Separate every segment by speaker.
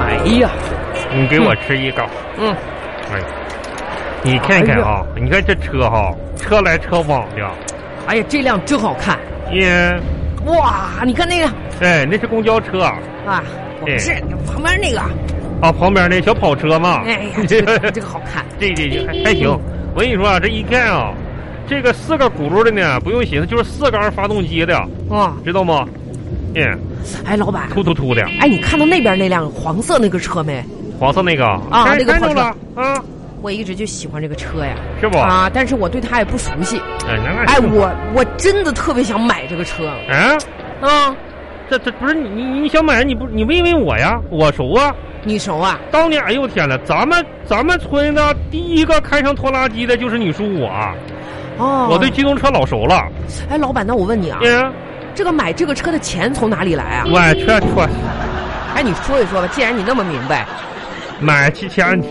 Speaker 1: 哎呀，
Speaker 2: 你给我吃一口。
Speaker 1: 嗯，
Speaker 2: 哎，你看看啊，你看这车哈、车来车往的，
Speaker 1: 哎呀，这辆真好看！
Speaker 2: 耶，
Speaker 1: 哇，你看那个
Speaker 2: 哎，那是公交车啊，
Speaker 1: 啊，我不是旁边那个，
Speaker 2: 旁边那小跑车嘛。
Speaker 1: 哎呀，这个这个好看。
Speaker 2: 这这这还还行。我跟你说啊，这一看啊，这个四个轱辘的呢，不用寻思，就是四缸发动机的，
Speaker 1: 啊！
Speaker 2: 知道吗？耶、
Speaker 1: 哎，老板，
Speaker 2: 突突突的，
Speaker 1: 哎，你看到那边那辆黄色那个车没？
Speaker 2: 黄色那个
Speaker 1: 啊
Speaker 2: 看
Speaker 1: 那个
Speaker 2: 看
Speaker 1: 跑
Speaker 2: 着
Speaker 1: 车
Speaker 2: 了啊，
Speaker 1: 我一直就喜欢这个车呀，
Speaker 2: 是不？
Speaker 1: 啊，但是我对它也不熟悉。
Speaker 2: 哎，那
Speaker 1: 哎，我我真的特别想买这个车
Speaker 2: 啊，
Speaker 1: 啊！
Speaker 2: 这这不是你你你想买你不你问问我呀，我熟啊。
Speaker 1: 你熟啊？
Speaker 2: 当年哎呦天呐，咱们咱们村的第一个开上拖拉机的就是你叔我啊，
Speaker 1: 哦，
Speaker 2: 我对机动车老熟了。
Speaker 1: 哎，老板，那我问你啊，
Speaker 2: 嗯，
Speaker 1: 这个买这个车的钱从哪里来啊？
Speaker 2: 我去去
Speaker 1: 哎，你说一说吧，既然你那么明白，
Speaker 2: 买汽钱，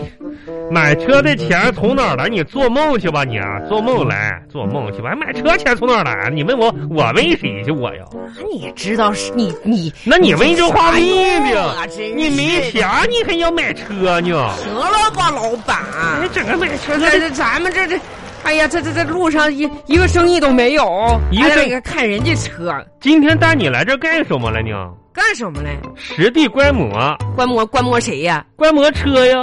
Speaker 2: 买车的钱从哪儿来？你做梦去吧你啊，做梦来做梦去吧，哎还买车钱从哪儿来？啊你问我，我问谁去我呀？
Speaker 1: 你也知道是你你，
Speaker 2: 那你问这话屁
Speaker 1: 啊
Speaker 2: 的，
Speaker 1: 真是
Speaker 2: 你没钱你还要买车呢？
Speaker 1: 行了吧，老板？
Speaker 2: 还哎整个买车
Speaker 1: 这
Speaker 2: 这
Speaker 1: 这咱们这这，哎呀，这这这路上一一个生意都没有，
Speaker 2: 一个
Speaker 1: 哎
Speaker 2: 生
Speaker 1: 那看人家车
Speaker 2: 今天带你来这干什么了呢？
Speaker 1: 干什么嘞？
Speaker 2: 实地观摩，
Speaker 1: 观摩观摩谁呀？
Speaker 2: 观摩车呀。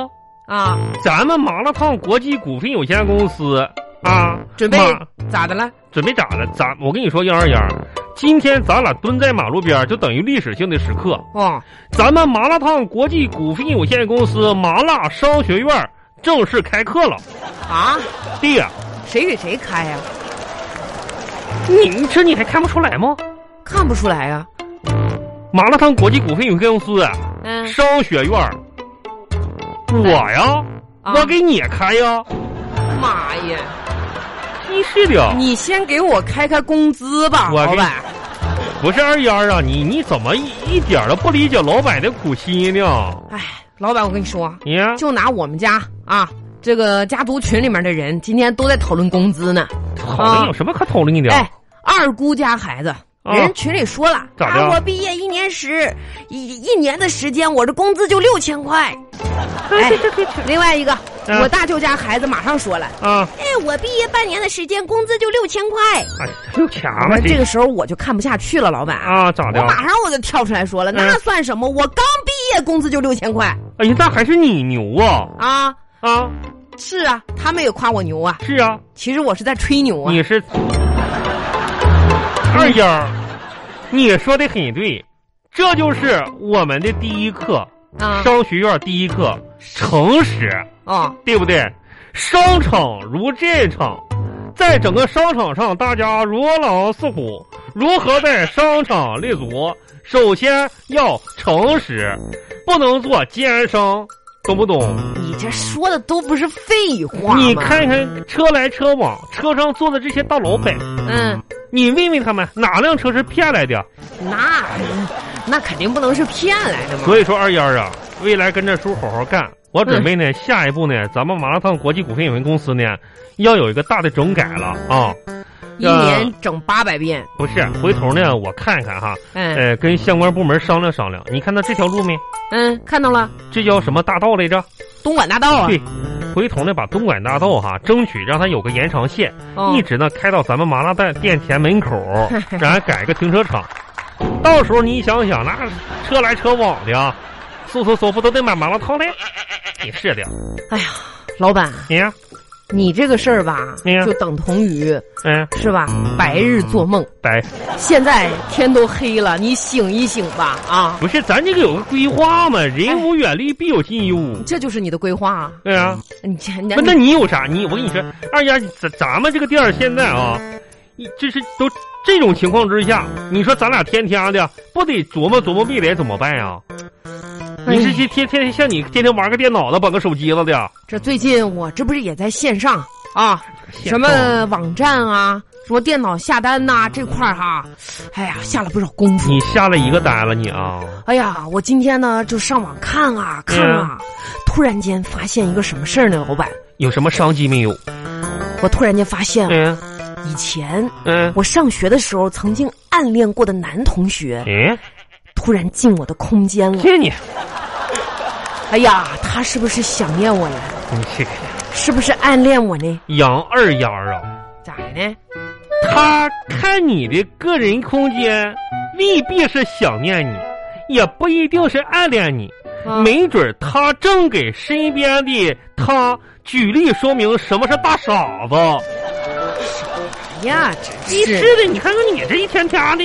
Speaker 1: 啊，
Speaker 2: 咱们麻辣烫国际股份有限公司啊，
Speaker 1: 准备
Speaker 2: 马
Speaker 1: 咋的了？
Speaker 2: 准备咋了？咱我跟你说，幺二幺，今天咱俩蹲在马路边儿，就等于历史性的时刻。
Speaker 1: 哦，
Speaker 2: 咱们麻辣烫国际股份有限公司麻辣商学院儿正式开课了。
Speaker 1: 啊，
Speaker 2: 对呀、
Speaker 1: 谁给谁开呀、
Speaker 2: 你这你还看不出来吗？
Speaker 1: 看不出来啊呀、
Speaker 2: 麻辣烫国际股份有限公司
Speaker 1: 嗯，
Speaker 2: 商学院儿，我呀，
Speaker 1: 啊
Speaker 2: 我给你开呀，
Speaker 1: 妈呀！
Speaker 2: 真是的。
Speaker 1: 你先给我开开工资吧，
Speaker 2: 我
Speaker 1: 老
Speaker 2: 给
Speaker 1: 板。
Speaker 2: 不是二丫啊，你你怎么一一点儿都不理解老板的苦心呢？
Speaker 1: 哎，老板，我跟你说，
Speaker 2: 你呀
Speaker 1: 就拿我们家啊，这个家族群里面的人，今天都在讨论工资呢。
Speaker 2: 讨论有什么可讨论的？
Speaker 1: 啊哎，二姑家孩子，
Speaker 2: 啊
Speaker 1: 人群里说了，
Speaker 2: 咋的
Speaker 1: 啊，我毕业一年时，一一年的时间，我这工资就六 千块。哎，另外一个，
Speaker 2: 嗯
Speaker 1: 我大舅家孩子马上说了，
Speaker 2: 啊，
Speaker 1: 哎，我毕业半年的时间，工资就六千块。
Speaker 2: 哎，有钱
Speaker 1: 我
Speaker 2: 吗？
Speaker 1: 说这
Speaker 2: 个
Speaker 1: 个时候我就看不下去了，老板。
Speaker 2: 啊，咋的
Speaker 1: 我？马上我就跳出来说了，那
Speaker 2: 嗯
Speaker 1: 算什么？我刚毕业，工资就六千块
Speaker 2: 哎呀，那还是你牛啊！
Speaker 1: 啊！
Speaker 2: 啊，
Speaker 1: 是啊，他们也夸我牛啊，
Speaker 2: 是啊，
Speaker 1: 其实我是在吹牛啊。
Speaker 2: 你是二丫，你说的很对，这就是我们的第一课，
Speaker 1: 啊
Speaker 2: 商学院第一课，诚实，
Speaker 1: 啊
Speaker 2: 对不对？商场如战场，在整个商场上，大家如狼似虎。如何在商场立足？首先要诚实，不能做奸商，懂不懂？
Speaker 1: 你这说的都不是废话吗
Speaker 2: 你，看看车来车往，车上坐的这些大老板，
Speaker 1: 嗯，
Speaker 2: 你问问他们哪辆车是骗来的？
Speaker 1: 那那肯定不能是骗来的嘛。
Speaker 2: 所以说二丫啊，未来跟着叔好好干。我准备呢，下一步呢，咱们麻辣烫国际股份有限公司呢，要有一个大的整改了啊。
Speaker 1: 一年整八百遍，
Speaker 2: 不是，回头呢，我看看哈，
Speaker 1: 嗯
Speaker 2: 呃，跟相关部门商量商量。你看到这条路没？
Speaker 1: 嗯，看到了，
Speaker 2: 这叫什么大道来着？
Speaker 1: 东莞大道啊，
Speaker 2: 对，回头呢，把东莞大道哈，争取让它有个延长线，
Speaker 1: 哦
Speaker 2: 一直呢开到咱们麻辣蛋店前门口，然后改个停车场。到时候你想想，那车来车往的啊，嗖嗖嗖，不都得买麻辣烫嘞？也是的，
Speaker 1: 哎呀，老板，
Speaker 2: 你呀，
Speaker 1: 你这个事儿吧
Speaker 2: 哎呀，
Speaker 1: 就等同于
Speaker 2: 嗯，
Speaker 1: 是吧？白日做梦，
Speaker 2: 白
Speaker 1: 现在天都黑了，你醒一醒吧啊！
Speaker 2: 不是咱这个有个规划嘛，人无远虑，必有近忧。
Speaker 1: 这就是你的规划啊！
Speaker 2: 对啊，
Speaker 1: 你这你
Speaker 2: 不，那你有啥？你我跟你
Speaker 1: 嗯
Speaker 2: 说，二丫，咱咱们这个店儿现在啊，一这是都这种情况之下，你说咱俩天天的不得琢磨琢磨未来怎么办呀？你是
Speaker 1: 哎
Speaker 2: 天天天像你天天玩个电脑的，绑个手机子的，
Speaker 1: 这最近我这不是也在线上啊，什么网站啊，什么电脑下单呐、这块儿、哈，哎呀下了不少功夫。
Speaker 2: 你下了一个单了你啊？
Speaker 1: 哎呀，我今天呢就上网看啊看啊，突然间发现一个什么事儿呢，老板？
Speaker 2: 有什么商机没有？
Speaker 1: 我突然间发现，
Speaker 2: 嗯
Speaker 1: 以前
Speaker 2: 嗯，
Speaker 1: 我上学的时候曾经暗恋过的男同学，
Speaker 2: 哎，
Speaker 1: 突然进我的空间了。
Speaker 2: 谢谢你。
Speaker 1: 哎呀，他是不是想念我呀？
Speaker 2: 你这个
Speaker 1: 是不是暗恋我呢？
Speaker 2: 嗯杨二丫啊，
Speaker 1: 咋的呢？
Speaker 2: 他看你的个人空间，未必是想念你，也不一定是暗恋你，
Speaker 1: 啊
Speaker 2: 没准儿他正给身边的他举例说明什么是大傻子。
Speaker 1: 哎呀，真
Speaker 2: 你
Speaker 1: 是
Speaker 2: 是的，你看看你这一天天的，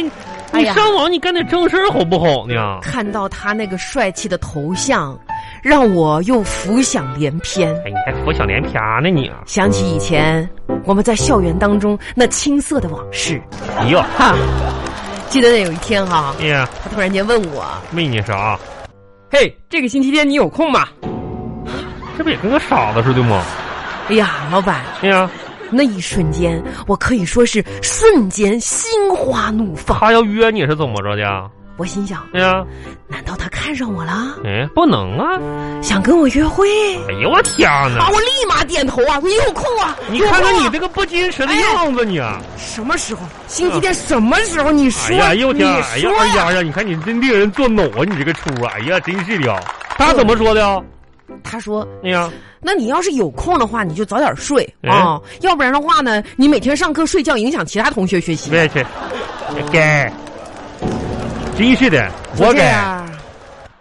Speaker 1: 哎
Speaker 2: 你
Speaker 1: 呀
Speaker 2: 上网你干点正事儿好不好呢？
Speaker 1: 看到他那个帅气的头像，让我又浮想联翩。
Speaker 2: 哎，你还浮想联翩呢你啊！
Speaker 1: 想起以前我们在校园当中那青涩的往事，
Speaker 2: 哎呀，
Speaker 1: 哈，记得有一天哈、
Speaker 2: 哎呀，
Speaker 1: 他突然间问我
Speaker 2: 问你啥？
Speaker 1: 嘿，这个星期天你有空吗？
Speaker 2: 这不也跟个傻子似的吗？
Speaker 1: 哎呀，老板，
Speaker 2: 哎呀，
Speaker 1: 那一瞬间我可以说是瞬间心花怒放。
Speaker 2: 他要约你是怎么着的？
Speaker 1: 我心想，
Speaker 2: 哎呀，
Speaker 1: 难道他看上我了，
Speaker 2: 哎，不能啊！
Speaker 1: 想跟我约会？
Speaker 2: 哎呦我天
Speaker 1: 啊！
Speaker 2: 哪！
Speaker 1: 我立马点头啊！你有空啊？
Speaker 2: 你
Speaker 1: 有空
Speaker 2: 看看
Speaker 1: 啊
Speaker 2: 你这个不矜持的样子，你啊！
Speaker 1: 什么时候？星期天什么时候？你
Speaker 2: 哎
Speaker 1: 说，
Speaker 2: 呀，哎呦我天！
Speaker 1: 你
Speaker 2: 哎呀，
Speaker 1: 说
Speaker 2: 二丫呀，你看你真令人作呕啊！你这个出啊！哎呀，真是的啊！他怎么说的啊？
Speaker 1: 他说，
Speaker 2: 哎呀，
Speaker 1: 那你要是有空的话，你就早点睡
Speaker 2: 哎
Speaker 1: 啊、要不然的话呢，你每天上课睡觉影响其他同学学习。
Speaker 2: 别去，该，真是的，
Speaker 1: 就
Speaker 2: 活
Speaker 1: 这
Speaker 2: 该。
Speaker 1: 样，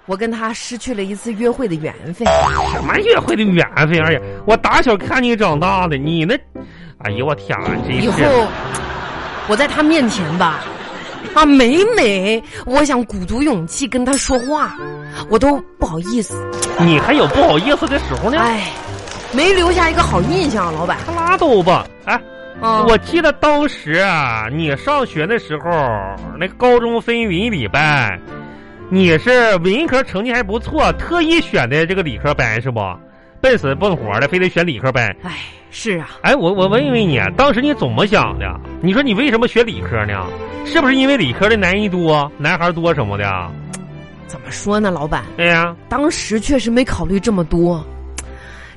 Speaker 1: 我跟他失去了一次约会的缘分。
Speaker 2: 什么约会的缘分？哎呀，我打小看你长大的，你那，哎呦我天，真
Speaker 1: 以
Speaker 2: 是
Speaker 1: 后我在他面前吧，啊，每每我想鼓足勇气跟他说话，我都不好意思，
Speaker 2: 你还有不好意思的时候呢？
Speaker 1: 哎，没留下一个好印象啊，老板。
Speaker 2: 拉倒吧！哎，
Speaker 1: 啊，
Speaker 2: 我记得当时啊，你上学的时候，那高中分文理班，你是文科成绩还不错，特意选的这个理科班是不？笨死笨活的，非得选理科班。
Speaker 1: 哎，是啊，
Speaker 2: 哎，我我问问你，当时你怎么想的？你说你为什么学理科呢？是不是因为理科的男一多，啊男孩多什么的？
Speaker 1: 怎么说呢，老板，
Speaker 2: 哎呀，
Speaker 1: 当时确实没考虑这么多，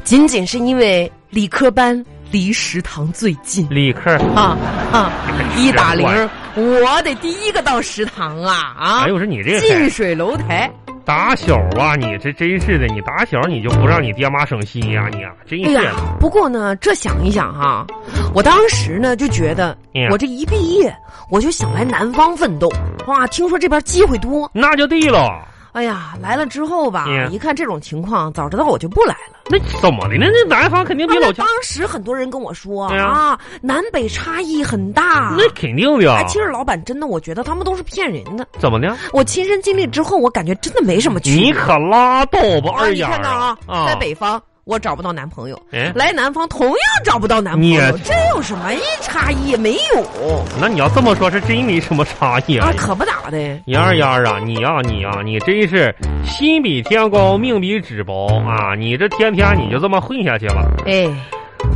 Speaker 1: 仅仅是因为理科班离食堂最近
Speaker 2: 理科。
Speaker 1: 啊啊，一打铃
Speaker 2: 哎
Speaker 1: 儿，我得第一个到食堂啊啊
Speaker 2: 哎，！我说你这个
Speaker 1: 近
Speaker 2: 孩
Speaker 1: 水楼台，
Speaker 2: 打小啊，你这真是的，你打小你就不让你爹妈省心呀、你啊，真
Speaker 1: 哎
Speaker 2: 是
Speaker 1: 呀
Speaker 2: 的。，
Speaker 1: 不过呢，这想一想哈、我当时呢就觉得
Speaker 2: 嗯，
Speaker 1: 我这一毕业我就想来南方奋斗，哇，听说这边机会多，
Speaker 2: 那就对了，
Speaker 1: 哎呀，来了之后吧，
Speaker 2: 嗯
Speaker 1: 一看这种情况，早知道我就不来了。
Speaker 2: 那怎么的呢？那南方肯定比老
Speaker 1: 那
Speaker 2: 家
Speaker 1: 当，时很多人跟我说、
Speaker 2: 对啊
Speaker 1: 啊，南北差异很大。
Speaker 2: 那肯定的
Speaker 1: 哎
Speaker 2: 啊，。
Speaker 1: 其实老板真的，我觉得他们都是骗人的。
Speaker 2: 怎么的？
Speaker 1: 我亲身经历之后，我感觉真的没什么区
Speaker 2: 你
Speaker 1: 别。
Speaker 2: 可拉倒吧，
Speaker 1: 啊
Speaker 2: 二
Speaker 1: 你
Speaker 2: 丫
Speaker 1: 看到啊，
Speaker 2: 啊，
Speaker 1: 在北方我找不到男朋友，
Speaker 2: 哎，
Speaker 1: 来南方同样找不到男朋友
Speaker 2: 你，
Speaker 1: 这有什么差异？没有
Speaker 2: 那你要这么说，是真没什么差异啊
Speaker 1: 啊，。可不咋的。
Speaker 2: 你二丫啊，你呀、你呀、你真是心比天高，命比纸薄啊！你这天天你就这么混下去了。
Speaker 1: 哎，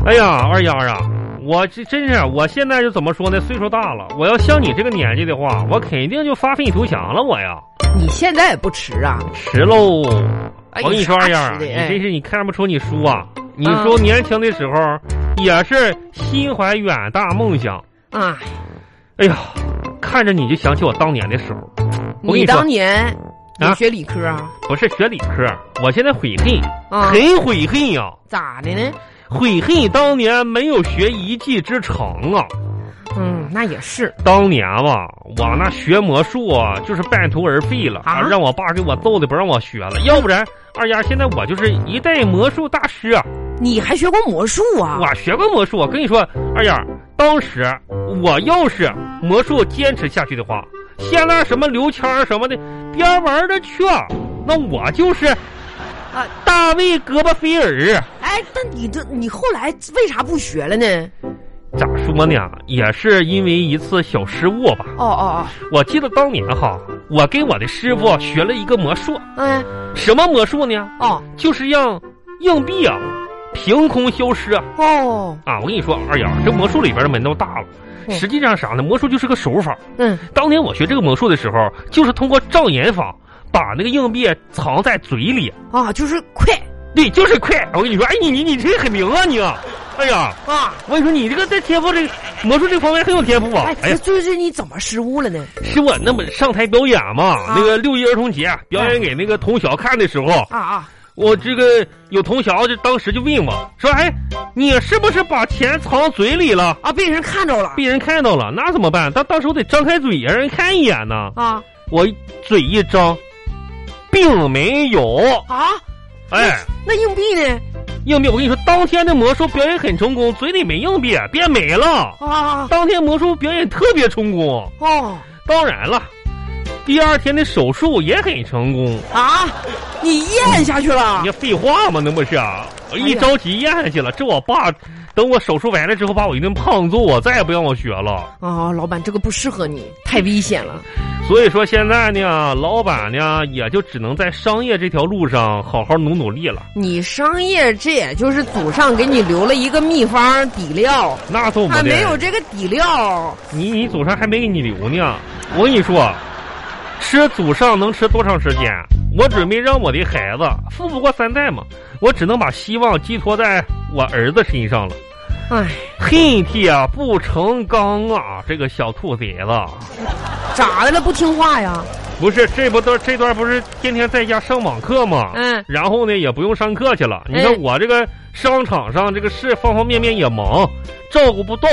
Speaker 2: 哎呀，二丫啊，我这真是，我现在就怎么说呢？岁数大了，我要像你这个年纪的话，我肯定就发愤图强了，我呀，
Speaker 1: 你现在也不迟啊？
Speaker 2: 迟喽。
Speaker 1: 哎
Speaker 2: 我跟你说，
Speaker 1: 啥
Speaker 2: 二丫啊，
Speaker 1: 迟
Speaker 2: 你
Speaker 1: 的哎嗯
Speaker 2: 真是你看不出你叔啊，你叔年轻的时候也是心怀远大梦想。
Speaker 1: 啊，
Speaker 2: 哎呀，看着你就想起我当年的时候，我跟
Speaker 1: 你
Speaker 2: 你说
Speaker 1: 当，年
Speaker 2: 啊
Speaker 1: 你学理科啊？
Speaker 2: 不是学理科，我现在悔恨，
Speaker 1: 啊，
Speaker 2: 很悔恨呀、
Speaker 1: 咋的呢？
Speaker 2: 悔恨当年没有学一技之长啊。
Speaker 1: 嗯，那也是。
Speaker 2: 当年吧，我那学魔术啊，就是半途而废了，
Speaker 1: 啊
Speaker 2: 让我爸给我揍的不让我学了，要不然二丫现在我就是一代魔术大师啊！
Speaker 1: 你还学过魔术啊？
Speaker 2: 我学过魔术，我跟你说，二丫，当时我要是魔术坚持下去的话，现在什么刘谦儿什么的，别玩的去，啊那我就是啊大卫戈巴菲尔啊。
Speaker 1: 哎，但你这你后来为啥不学了呢？
Speaker 2: 咋说呢？也是因为一次小失误吧。
Speaker 1: 哦哦
Speaker 2: 我记得当年哈，我跟我的师傅学了一个魔术，
Speaker 1: 哦，哎
Speaker 2: 什么魔术呢？
Speaker 1: 哦
Speaker 2: 就是让硬币啊凭空消失啊！
Speaker 1: 哦，
Speaker 2: 啊，我跟你说，二丫，这魔术里边的门道大了。
Speaker 1: 嗯
Speaker 2: 实际上啥呢？魔术就是个手法。
Speaker 1: 嗯，
Speaker 2: 当年我学这个魔术的时候，就是通过障眼法把那个硬币藏在嘴里。
Speaker 1: 啊，就是快
Speaker 2: 对，就是快！我跟你说，哎，你你你这很灵啊你啊！ 哎呀，
Speaker 1: 啊！
Speaker 2: 我跟你说，你这个在天赋这个魔术这方面很有天赋啊
Speaker 1: 哎！，
Speaker 2: 哎
Speaker 1: 这
Speaker 2: 呀，
Speaker 1: 最近你怎么失误了呢？
Speaker 2: 是我那么上台表演嘛？
Speaker 1: 啊
Speaker 2: 那个六一儿童节表演给那个同学看的时候，
Speaker 1: 啊啊，
Speaker 2: 我这个有同学就当时就问我说：“哎，你是不是把钱藏嘴里了？
Speaker 1: 啊，被人看着了
Speaker 2: 被人看到了，那怎么办？他当时我得张开嘴呀，让人看一眼呢。
Speaker 1: 啊
Speaker 2: 我嘴一张，并没有。
Speaker 1: 啊！
Speaker 2: 哎，
Speaker 1: 那硬币呢？
Speaker 2: 硬币，我跟你说，当天的魔术表演很成功，嘴里没硬币，变没了。
Speaker 1: 啊
Speaker 2: 当天魔术表演特别成功，
Speaker 1: 哦
Speaker 2: 当然了，第二天的手术也很成功。
Speaker 1: 啊！你咽下去了
Speaker 2: 你要废话吗？那不是啊，
Speaker 1: 哎
Speaker 2: 我一着急咽下去了。这我爸等我手术完了之后，把我一顿胖揍啊，再也不让我学了。
Speaker 1: 啊！老板，这个不适合你，太危险了。
Speaker 2: 所以说现在呢，老板呢也就只能在商业这条路上好好努努力了。
Speaker 1: 你商业这也就是祖上给你留了一个秘方底料，
Speaker 2: 那都
Speaker 1: 他没有这个底料，
Speaker 2: 你，你祖上还没给你留呢。我跟你说，吃祖上能吃多长时间？我准备让我的孩子富不过三代嘛，我只能把希望寄托在我儿子身上了。
Speaker 1: 唉，
Speaker 2: 恨铁啊不成钢啊，这个小兔崽子！
Speaker 1: 咋的了？不听话呀？
Speaker 2: 不是，这不都这段不是天天在家上网课吗？
Speaker 1: 嗯
Speaker 2: 然后呢，也不用上课去了。你
Speaker 1: 哎
Speaker 2: 看我这个商场上这个事方方面面也忙，照顾不到。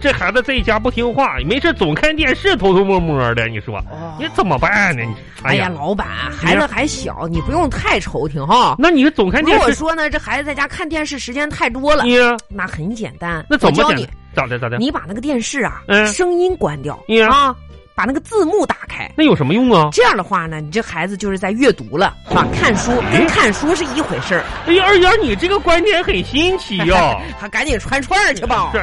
Speaker 2: 这孩子在家不听话，没事总看电视，偷偷摸摸的。你说
Speaker 1: 哦
Speaker 2: 你怎么办呢？你
Speaker 1: 哎呀，老板，孩子还小，你不用太愁挺哈。
Speaker 2: 那你总看
Speaker 1: 如
Speaker 2: 电
Speaker 1: 果
Speaker 2: 视，
Speaker 1: 说呢，这孩子在家看电视时间太多了，
Speaker 2: 你
Speaker 1: 那很简单。
Speaker 2: 那怎么
Speaker 1: 我教
Speaker 2: 简
Speaker 1: 你，
Speaker 2: 咋的咋的？
Speaker 1: 你把那个电视啊，
Speaker 2: 嗯
Speaker 1: 声音关掉
Speaker 2: 嗯
Speaker 1: 啊，把那个字幕打开。
Speaker 2: 那有什么 用啊？
Speaker 1: 这样的话呢，你这孩子就是在阅读了啊，看书
Speaker 2: 哎
Speaker 1: 跟看书是一回事儿。
Speaker 2: 哎呀，二丫，你这个观点很新奇呀、
Speaker 1: 还赶紧传串儿去吧。
Speaker 2: 是，